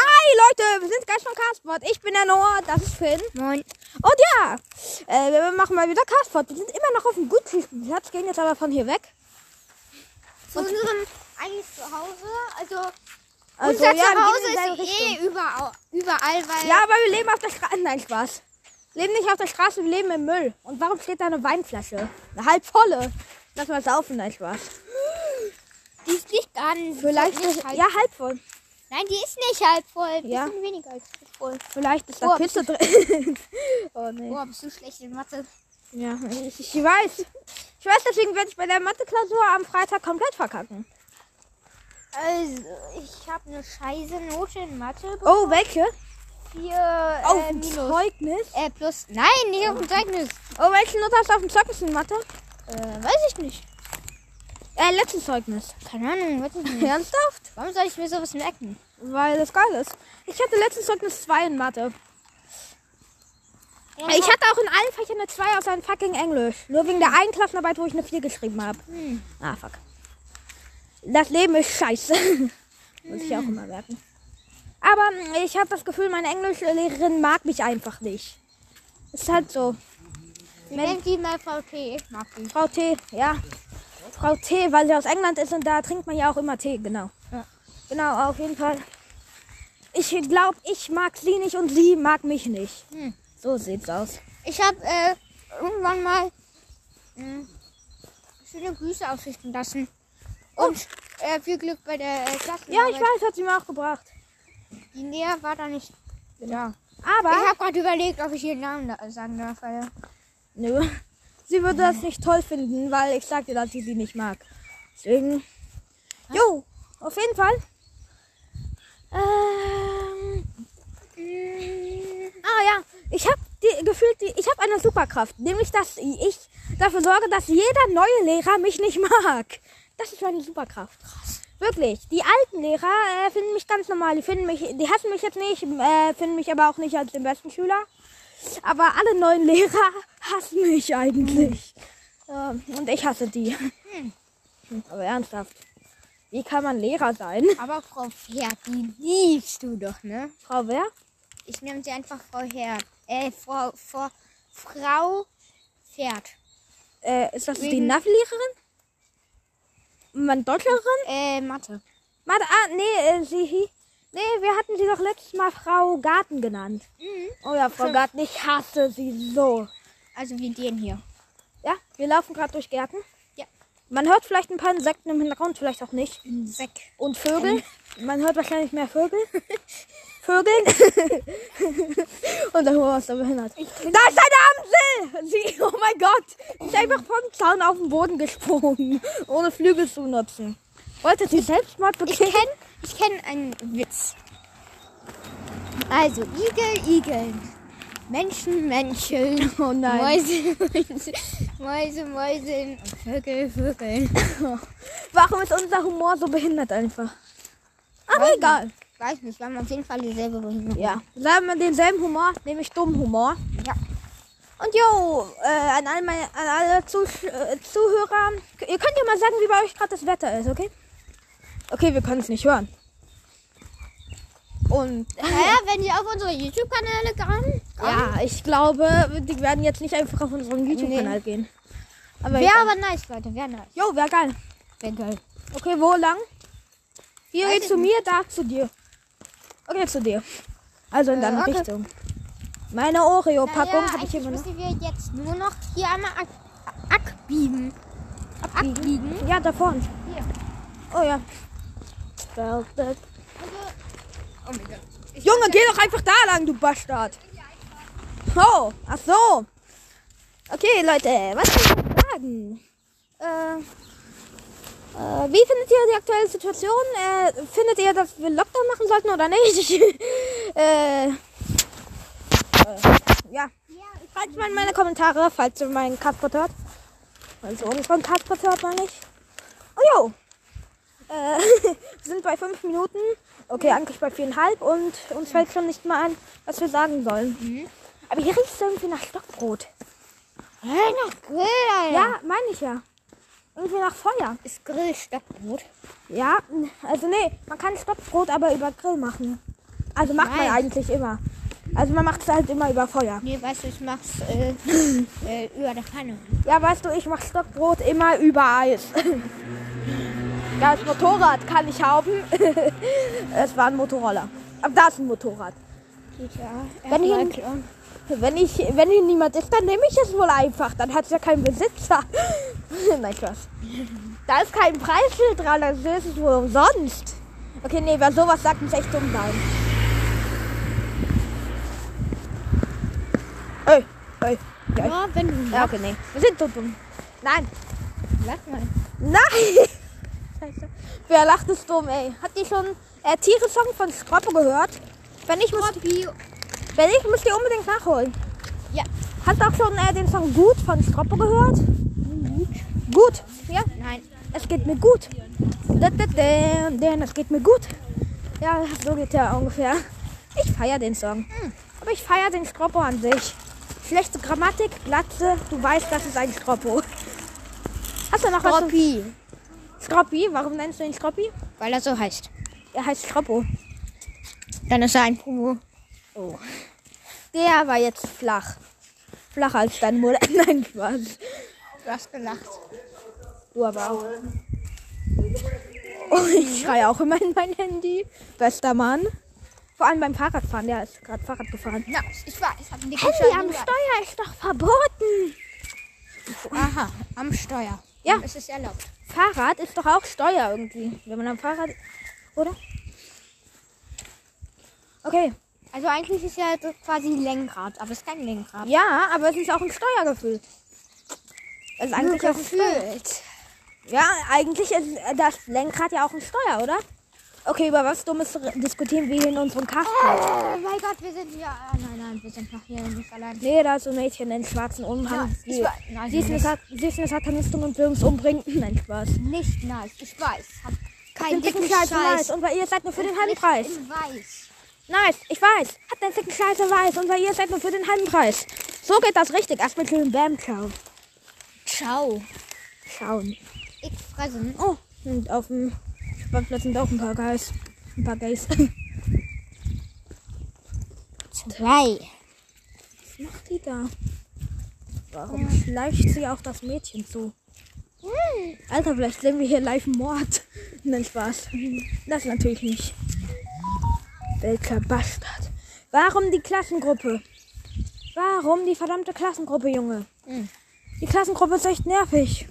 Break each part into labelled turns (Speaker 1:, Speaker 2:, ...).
Speaker 1: Leute, wir sind Geist von Castport. Ich bin der Noah, das ist Finn.
Speaker 2: Moin.
Speaker 1: Und ja, äh, wir machen mal wieder Castport. Wir sind immer noch auf dem guten Platz, gehen jetzt aber von hier weg.
Speaker 2: Zu unserem eigentlich Zuhause. Also,
Speaker 1: Also,
Speaker 2: unser
Speaker 1: ja, wir gehen in
Speaker 2: Zuhause
Speaker 1: dieselbe
Speaker 2: ist
Speaker 1: Richtung.
Speaker 2: eh überall, überall weil
Speaker 1: Ja, aber wir leben auf der Straße. Nein, Spaß. Leben nicht auf der Straße, wir leben im Müll. Und warum steht da eine Weinflasche? Eine halb volle. Lass mal saufen, nein, Spaß.
Speaker 2: die ist nicht ganz.
Speaker 1: Vielleicht
Speaker 2: nicht
Speaker 1: ist,
Speaker 2: halb.
Speaker 1: ja, halb voll.
Speaker 2: Nein, die ist nicht halb voll. Die
Speaker 1: Ja.
Speaker 2: ist weniger als voll.
Speaker 1: Vielleicht ist da
Speaker 2: Oh.
Speaker 1: Pizza drin. oh, nee.
Speaker 2: Boah, bist du schlecht in Mathe.
Speaker 1: Ja, ich, ich weiß. Ich weiß, deswegen werde ich bei der Mathe-Klausur am Freitag komplett verkacken.
Speaker 2: Also, ich habe eine scheiße Note in Mathe.
Speaker 1: Oh, welche?
Speaker 2: Vier
Speaker 1: Auf
Speaker 2: äh,
Speaker 1: dem
Speaker 2: Minus.
Speaker 1: Zeugnis?
Speaker 2: Äh, plus. Nein, nicht auf dem Zeugnis.
Speaker 1: Oh, welche Note hast du auf dem Zeugnis in Mathe?
Speaker 2: Äh, weiß ich nicht.
Speaker 1: Äh, letztes Zeugnis.
Speaker 2: Keine Ahnung, weiß ich nicht.
Speaker 1: Ernsthaft?
Speaker 2: Warum soll ich mir sowas merken?
Speaker 1: Hm. Weil das geil ist. Ich hatte letztes Zeugnis 2 in Mathe. Äh, Ich hatte auch in allen Fächern eine 2 außer in fucking Englisch. Nur wegen der einen Klassenarbeit, wo ich eine 4 geschrieben habe.
Speaker 2: Hm.
Speaker 1: Ah, fuck. Das Leben ist scheiße. Muss ich auch immer merken. Aber mm, ich habe das Gefühl, meine Englischlehrerin mag mich einfach nicht. Ist halt so.
Speaker 2: Ich denke, die mal VP mag die.
Speaker 1: Frau T, ja. Frau T, weil sie aus England ist und da trinkt man ja auch immer Tee, genau.
Speaker 2: Ja.
Speaker 1: Genau, auf jeden Fall. Ich glaube, ich mag sie nicht und sie mag mich nicht.
Speaker 2: Hm.
Speaker 1: So sieht's aus.
Speaker 2: Ich habe äh, irgendwann mal mh, schöne Grüße ausrichten lassen. Und äh, viel Glück bei der äh,
Speaker 1: Ja,
Speaker 2: Klassenarbeit.
Speaker 1: ich weiß, hat sie mir auch gebracht.
Speaker 2: Die Nähe war da nicht. Ja.
Speaker 1: Aber,
Speaker 2: Ich habe gerade überlegt, ob ich ihren Namen da sagen darf. Alter.
Speaker 1: nö. Sie würde das nicht toll finden, weil ich sagte, dass sie sie nicht mag. Deswegen, jo, auf jeden Fall. Ähm, Ah ja, ich habe die, gefühlt, die, ich habe eine Superkraft, nämlich dass ich dafür sorge, dass jeder neue Lehrer mich nicht mag. Das ist meine Superkraft. Wirklich, die alten Lehrer äh, finden mich ganz normal. Die finden mich, die hassen mich jetzt nicht, äh, finden mich aber auch nicht als den besten Schüler. Aber alle neuen Lehrer hassen mich eigentlich. Ähm, und ich hasse die. Aber ernsthaft, wie kann man Lehrer sein?
Speaker 2: Aber Frau Pferd, die liebst du doch, ne?
Speaker 1: Frau wer?
Speaker 2: Ich nenne sie einfach Frau Herd. Äh, Frau, Frau, Frau Pferd.
Speaker 1: Äh, ist das die
Speaker 2: Wegen-
Speaker 1: Navi-Lehrerin? Man Deutschlerin?
Speaker 2: Äh, Mathe.
Speaker 1: Warte, ah, nee, äh, sie hie- Nee, wir hatten sie doch letztes Mal Frau Garten genannt.
Speaker 2: Mhm.
Speaker 1: Oh ja, Frau Garten, ich hasse sie so.
Speaker 2: Also wie den hier.
Speaker 1: Ja, wir laufen gerade durch Gärten.
Speaker 2: Ja.
Speaker 1: Man hört vielleicht ein paar Insekten im Hintergrund, vielleicht auch nicht.
Speaker 2: Insekt.
Speaker 1: Und Vögel. Ähm. Man hört wahrscheinlich mehr Vögel. Vögeln. Und dann war was da behindert. Da ist eine Amsel! Sie, oh mein Gott! Sie ist einfach vom Zaun auf den Boden gesprungen. Ohne Flügel zu nutzen. Wollte sie Selbstmord
Speaker 2: Ich
Speaker 1: begehen?
Speaker 2: kenne ich kenn einen Witz. Also, Igel, Igel. Menschen, Menschen.
Speaker 1: Oh nein.
Speaker 2: Mäuse, Mäuse, Mäuse, Mäuseln und Vögel, Vögel.
Speaker 1: Warum ist unser Humor so behindert einfach? Aber
Speaker 2: Weiß
Speaker 1: egal.
Speaker 2: Weiß nicht, wir haben auf jeden Fall dieselbe Behinderung.
Speaker 1: Ja. Wir haben denselben Humor, nämlich dummen Humor.
Speaker 2: Ja.
Speaker 1: Und jo, äh, an alle, meine, an alle Zusch äh, Zuhörer, ihr könnt ja mal sagen, wie bei euch gerade das Wetter ist, okay? Okay, wir können es nicht hören. Und
Speaker 2: Naja, wenn ihr auf unsere YouTube-Kanäle gehen,
Speaker 1: ja, Ah, ich glaube, die werden jetzt nicht einfach auf unseren YouTube-Kanal gehen. Aber
Speaker 2: wäre
Speaker 1: egal.
Speaker 2: aber nice, Leute, wäre nice.
Speaker 1: jo, wär äh. geil.
Speaker 2: Wäre geil.
Speaker 1: Okay, wo lang? Hier
Speaker 2: Weiß
Speaker 1: geht
Speaker 2: ich
Speaker 1: zu mir, da zu dir. Okay, zu dir. Also in
Speaker 2: Äh,
Speaker 1: deine
Speaker 2: okay.
Speaker 1: Richtung. Meine Oreo-Packung
Speaker 2: naja,
Speaker 1: habe Oh, ich
Speaker 2: eigentlich
Speaker 1: immer noch.
Speaker 2: müssen wir jetzt nur noch hier einmal ab, abbiegen. Abbiegen?
Speaker 1: Ja, da vorne.
Speaker 2: Hier.
Speaker 1: Oh ja.
Speaker 2: Also, oh mein Gott. Ich
Speaker 1: Junge, geh doch einfach da lang, du Bastard. Oh, ach so. Okay, Leute, was soll ich sagen? Äh, äh, wie findet ihr die aktuelle Situation? Äh, findet ihr, dass wir Lockdown machen sollten oder nicht? äh, äh, ja.
Speaker 2: Ja, ich
Speaker 1: Schreibt mal in meine Kommentare, falls ihr meinen Cutpot hört. Also unseren Cutpot hört man nicht. Oh jo. Äh, wir sind bei fünf Minuten. Okay, eigentlich bei viereinhalb und uns fällt schon nicht mal ein, was wir sagen sollen. Aber hier riecht es irgendwie nach Stockbrot.
Speaker 2: Hey, nach Grill, Alter.
Speaker 1: Ja, meine ich ja. Irgendwie nach Feuer.
Speaker 2: Ist Grill Stockbrot?
Speaker 1: Ja, also nee, man kann Stockbrot aber über Grill machen. Also macht man
Speaker 2: Nein.
Speaker 1: eigentlich immer. Also man macht es halt immer über Feuer.
Speaker 2: Nee, weißt du, ich mach's äh, äh, über der Pfanne.
Speaker 1: Ja, weißt du, ich mach Stockbrot immer über Eis. Das Motorrad kann ich haben. Es war ein Motorroller. Aber da ist ein Motorrad.
Speaker 2: Geht ja.
Speaker 1: Wenn
Speaker 2: erstmal
Speaker 1: hin-
Speaker 2: klauen.
Speaker 1: Wenn ich, wenn hier niemand ist, dann nehme ich es wohl einfach. Dann hat es ja keinen Besitzer. Nein, Spaß. Da ist kein Preisschild dran, also ist es wohl umsonst. Okay, nee, wer sowas sagt, muss echt dumm sein. Ey, ey, ja,
Speaker 2: Ja, wenn du
Speaker 1: ja, okay, nee. Wir sind so dumm. Nein,
Speaker 2: Sag mal.
Speaker 1: nein. Scheiße. Wer lacht ist dumm, ey. Habt ihr schon äh, Tiere-Song von Scroppe gehört? Wenn nicht, müsst, wenn nicht, müsst ihr unbedingt nachholen.
Speaker 2: Ja.
Speaker 1: Hast du auch schon äh, den Song Gut von Stroppo gehört? Gut. Ja,
Speaker 2: Nein.
Speaker 1: es geht mir gut. Da, da, da, denn es geht mir gut. Ja, so geht der ungefähr. Ich feiere den Song. Aber ich feiere den Stroppo an sich. Schlechte Grammatik, Glatze, du weißt, das ist ein Stroppo. Hast du noch was? zu-
Speaker 2: Stroppi.
Speaker 1: Stroppi? Warum nennst du ihn Stroppi?
Speaker 2: Weil er so heißt.
Speaker 1: Er heißt Stroppo.
Speaker 2: Dann ist er ein Promo.
Speaker 1: Oh. Der war jetzt flach. Flacher als dein Mutter. Nein, Spaß.
Speaker 2: Du hast gelacht.
Speaker 1: Du aber auch. Oh, ich schreie auch immer in mein Handy. Bester Mann. Vor allem beim Fahrradfahren. Der ist gerade Fahrrad gefahren.
Speaker 2: Ja, ich weiß. Ich hab einen dicken
Speaker 1: Handy am
Speaker 2: Scheibenwert.
Speaker 1: Steuer ist doch verboten.
Speaker 2: Aha, am Steuer.
Speaker 1: Ja.
Speaker 2: Es ist erlaubt.
Speaker 1: Fahrrad ist doch auch Steuer irgendwie. Wenn man am Fahrrad. Oder? Okay.
Speaker 2: Also eigentlich ist ja so quasi ein Lenkrad, aber es ist kein Lenkrad.
Speaker 1: Ja, aber es ist auch ein Steuergefühl. Also eigentlich
Speaker 2: Nur
Speaker 1: ist es
Speaker 2: gefühlt.
Speaker 1: Ja, eigentlich ist äh, das Lenkrad ja auch ein Steuer, oder? Okay, über was Dummes diskutieren wir hier in unserem Cast?
Speaker 2: Oh mein Gott, wir sind hier. Ah, nein, nein, wir sind noch hier nicht allein.
Speaker 1: Nee, da ist so ein Mädchen in schwarzen Umhang.
Speaker 2: Ja, ich
Speaker 1: die-
Speaker 2: weiß. Nein,
Speaker 1: Sie ist eine Sat- sie ist eine Satanistin und will uns umbringen. Nein, Spaß.
Speaker 2: Nicht nice, ich weiß. Hab
Speaker 1: Den
Speaker 2: keinen
Speaker 1: dicken
Speaker 2: dicken
Speaker 1: Scheiß weiß
Speaker 2: Scheiß.
Speaker 1: und weil ihr seid nur für den halben Preis.
Speaker 2: Ich weiß.
Speaker 1: Nice, ich weiß. Hat den dicken Scheiß weiß und weil ihr seid nur für den halben Preis. So geht das richtig. Erstmal schön Bam ciao.
Speaker 2: Ciao.
Speaker 1: schauen.
Speaker 2: Ich fressen.
Speaker 1: Oh, und auf dem Sportplatz sind auch ein paar Guys. Ein paar Guys.
Speaker 2: Zwei.
Speaker 1: Was macht die da? Warum schleicht sie auch das Mädchen zu?
Speaker 2: Hm.
Speaker 1: Alter, vielleicht sehen wir hier live einen Mord. Nein, Spaß. Das natürlich nicht. Welcher Bastard. Warum die Klassengruppe? Warum die verdammte Klassengruppe, Junge?
Speaker 2: Mhm.
Speaker 1: Die Klassengruppe ist echt nervig.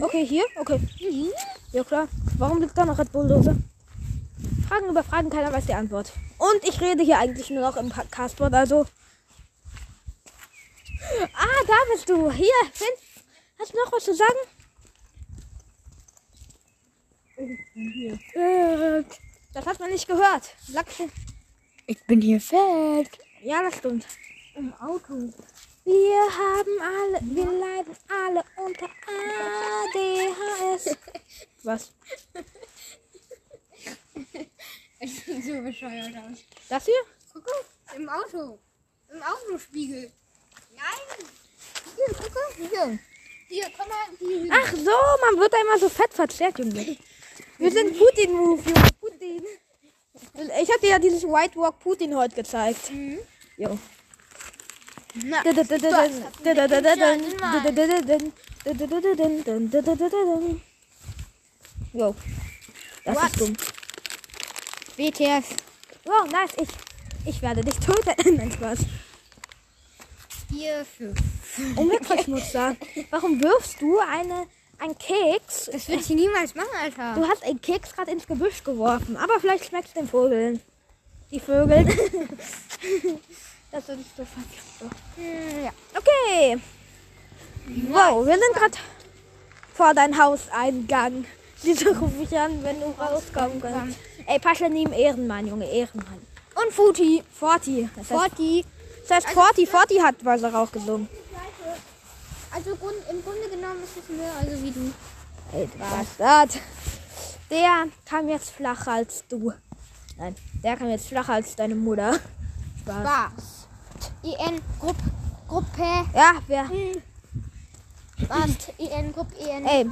Speaker 1: Okay, hier? Okay. Ja klar. Warum liegt da noch Red Bull-Dose? Fragen über Fragen, keiner weiß die Antwort. Und ich rede hier eigentlich nur noch im Pa- Castboard, also. Ah, da bist du. Hier, Finn. Hast du noch was zu sagen? Äh, Das hat man nicht gehört. Sag-
Speaker 2: Ich bin hier fett.
Speaker 1: Ja, das stimmt.
Speaker 2: Im Auto.
Speaker 1: Wir haben alle, wir leiden alle unter ADHS. Was?
Speaker 2: Ich bin so bescheuert aus.
Speaker 1: Das hier?
Speaker 2: Guck mal, im Auto. Im Autospiegel. Nein. Hier, guck mal, hier. Hier, komm mal, hier.
Speaker 1: Ach so, man wird da immer so fett verzerrt, Junge. Wir sind Putin-Move, Junge. Putin. Ich hab dir ja dieses White Walk Putin heute gezeigt. Jo.
Speaker 2: Ah. Na,
Speaker 1: Jo. Das ist dumm.
Speaker 2: WTF.
Speaker 1: Wow, nice. Ich, ich werde dich töten. Nein, Spaß.
Speaker 2: Hier, für.
Speaker 1: Umweltverschmutzer. Warum wirfst du eine, einen Keks?
Speaker 2: Das würde ich niemals machen, Alter.
Speaker 1: Du hast einen Keks gerade ins Gebüsch geworfen, aber vielleicht schmeckt es den Vögeln. Die Vögel. das würde ich so vergessen.
Speaker 2: Hm, Ja.
Speaker 1: Okay. Wow, wir sind gerade vor dein Hauseingang. Wieso rufe ich an, wenn du rauskommen kannst? Ey, Paschanim Ehrenmann, Junge, Ehrenmann.
Speaker 2: Und Futi.
Speaker 1: Forti. Das heißt,
Speaker 2: Forti.
Speaker 1: das heißt Forti, Forti hat Weiser Rauch gesungen.
Speaker 2: Also grund- im Grunde genommen ist es mehr, also wie du.
Speaker 1: Ey, du Bastard. Der kam jetzt flacher als du. Nein, der kam jetzt flacher als deine Mutter. Spaß.
Speaker 2: Was? EN E Grupp, Gruppe.
Speaker 1: Ja, wer?
Speaker 2: Was? EN E Grupp, EN.
Speaker 1: Ey,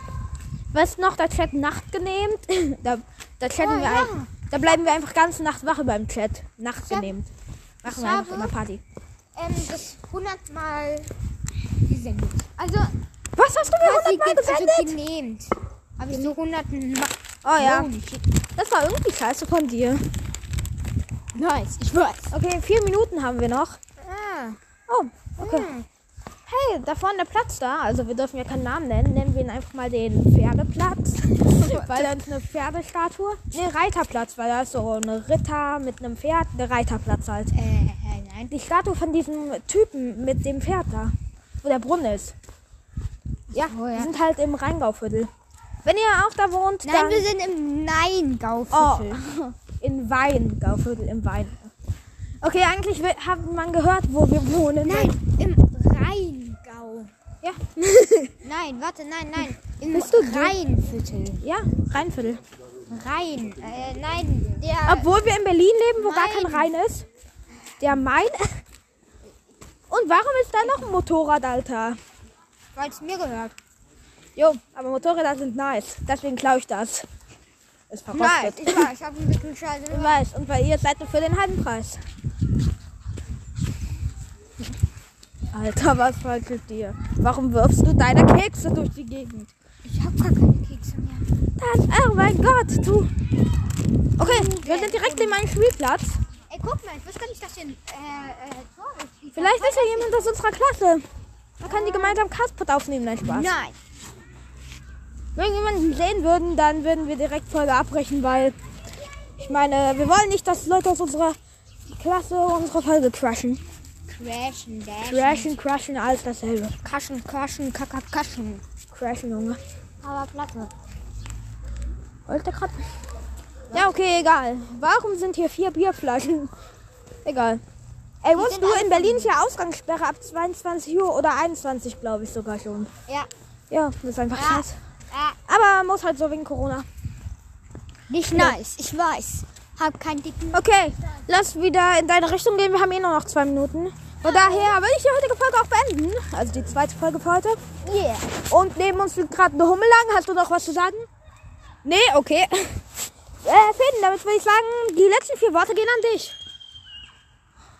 Speaker 1: was noch der Chat Nacht genehmt? da, da chatten
Speaker 2: Oh,
Speaker 1: wir
Speaker 2: ja.
Speaker 1: ein. Da bleiben wir einfach ganze Nacht wach beim Chat. Nachts
Speaker 2: Ja.
Speaker 1: genehmigt. Machen
Speaker 2: Ich
Speaker 1: wir einfach
Speaker 2: habe-
Speaker 1: immer Party.
Speaker 2: ähm, das 100 Mal gesendet. Also,
Speaker 1: Was hast du mir 100
Speaker 2: quasi
Speaker 1: Mal
Speaker 2: ge also
Speaker 1: gesendet?
Speaker 2: genehmt. Habe ich so 100 Mal.
Speaker 1: Oh ja,
Speaker 2: Holy shit.
Speaker 1: das war irgendwie scheiße von dir.
Speaker 2: Nice, ich weiß.
Speaker 1: Okay, vier Minuten haben wir noch.
Speaker 2: Ah,
Speaker 1: Oh, okay.
Speaker 2: hm.
Speaker 1: Hey, da vorne der Platz da. Also wir dürfen ja keinen Namen nennen. Nennen wir ihn einfach mal den Pferdeplatz. weil da ist eine Pferdestatue. Ne, Reiterplatz, weil da ist so ein Ritter mit einem Pferd. Der Reiterplatz halt.
Speaker 2: Äh, äh, nein.
Speaker 1: Die Statue von diesem Typen mit dem Pferd da. Wo der Brunnen ist. Ja,
Speaker 2: so, Oh, ja.
Speaker 1: wir sind halt im Rheingauviertel. Wenn ihr auch da wohnt,
Speaker 2: Nein,
Speaker 1: dann...
Speaker 2: wir sind im
Speaker 1: Oh,
Speaker 2: Nein-Gauviertel.
Speaker 1: in Wein, Gauviertel im Wein. Okay, eigentlich wi- hat man gehört, wo wir wohnen.
Speaker 2: Nein, im Rheingau.
Speaker 1: Ja,
Speaker 2: Nein, warte, nein, nein. Im
Speaker 1: Bist du dumm?
Speaker 2: Rheinviertel.
Speaker 1: ja, Rheinviertel.
Speaker 2: Rhein. Äh, nein, der.
Speaker 1: Obwohl wir in Berlin leben, wo gar kein
Speaker 2: Main.
Speaker 1: Rhein ist. Der Main. Und warum ist da noch ein Motorradalter?
Speaker 2: Weil es mir gehört.
Speaker 1: Jo, aber Motorräder sind nice. Deswegen klaue ich das. Ist
Speaker 2: Nein,
Speaker 1: verrostet.
Speaker 2: ich weiß, ich habe ein bisschen Scheiße.
Speaker 1: Ich weiß. Und weil ihr seid nur für den halben Preis. Alter, was falsch mit dir? Warum wirfst du deine Kekse durch die Gegend?
Speaker 2: Ich habe gar keine Kekse mehr.
Speaker 1: Dann, oh mein Gott, du. Okay, wir sind direkt in meinem Spielplatz.
Speaker 2: Ey, guck mal, ich wusste gar nicht, dass hier ein äh, äh, Tor ist.
Speaker 1: Vielleicht ist ja jemand aus unserer Klasse. Man kann die gemeinsam Castpot aufnehmen, nein Spaß.
Speaker 2: Nein.
Speaker 1: Wenn wir jemanden sehen würden, dann würden wir direkt Folge abbrechen, weil ich meine, wir wollen nicht, dass Leute aus unserer Klasse unsere Folge crashen.
Speaker 2: Crashen, dashen.
Speaker 1: Crashen, crashen, alles dasselbe.
Speaker 2: Kaschen, kaschen, kakakaschen.
Speaker 1: Crashen, Junge.
Speaker 2: Aber Platte.
Speaker 1: Wollt ihr gerade? Ja, okay, egal. Warum sind hier vier Bierflaschen? Egal. Ey, wusstest
Speaker 2: sind
Speaker 1: du,
Speaker 2: alle
Speaker 1: in Berlin ist ja Ausgangssperre ab 22 Uhr oder 21, glaube ich sogar schon.
Speaker 2: Ja.
Speaker 1: Ja, das ist einfach
Speaker 2: Ja.
Speaker 1: scheiße.
Speaker 2: Ah,
Speaker 1: Aber muss halt so wegen Corona.
Speaker 2: nicht nice, ich weiß. Hab keinen dicken.
Speaker 1: Okay, lass wieder in deine Richtung gehen. Wir haben eh nur noch zwei Minuten. Von daher will ich die heutige Folge auch beenden. Also die zweite Folge für heute.
Speaker 2: Yeah.
Speaker 1: Und neben uns liegt gerade eine Hummel lang. Hast du noch was zu sagen? Nee, okay. Äh, Finn, damit würde ich sagen, die letzten vier Worte gehen an dich.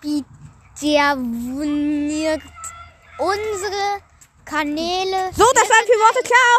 Speaker 2: Bitte abonniert unsere Kanäle.
Speaker 1: So, das waren vier Worte. Ciao.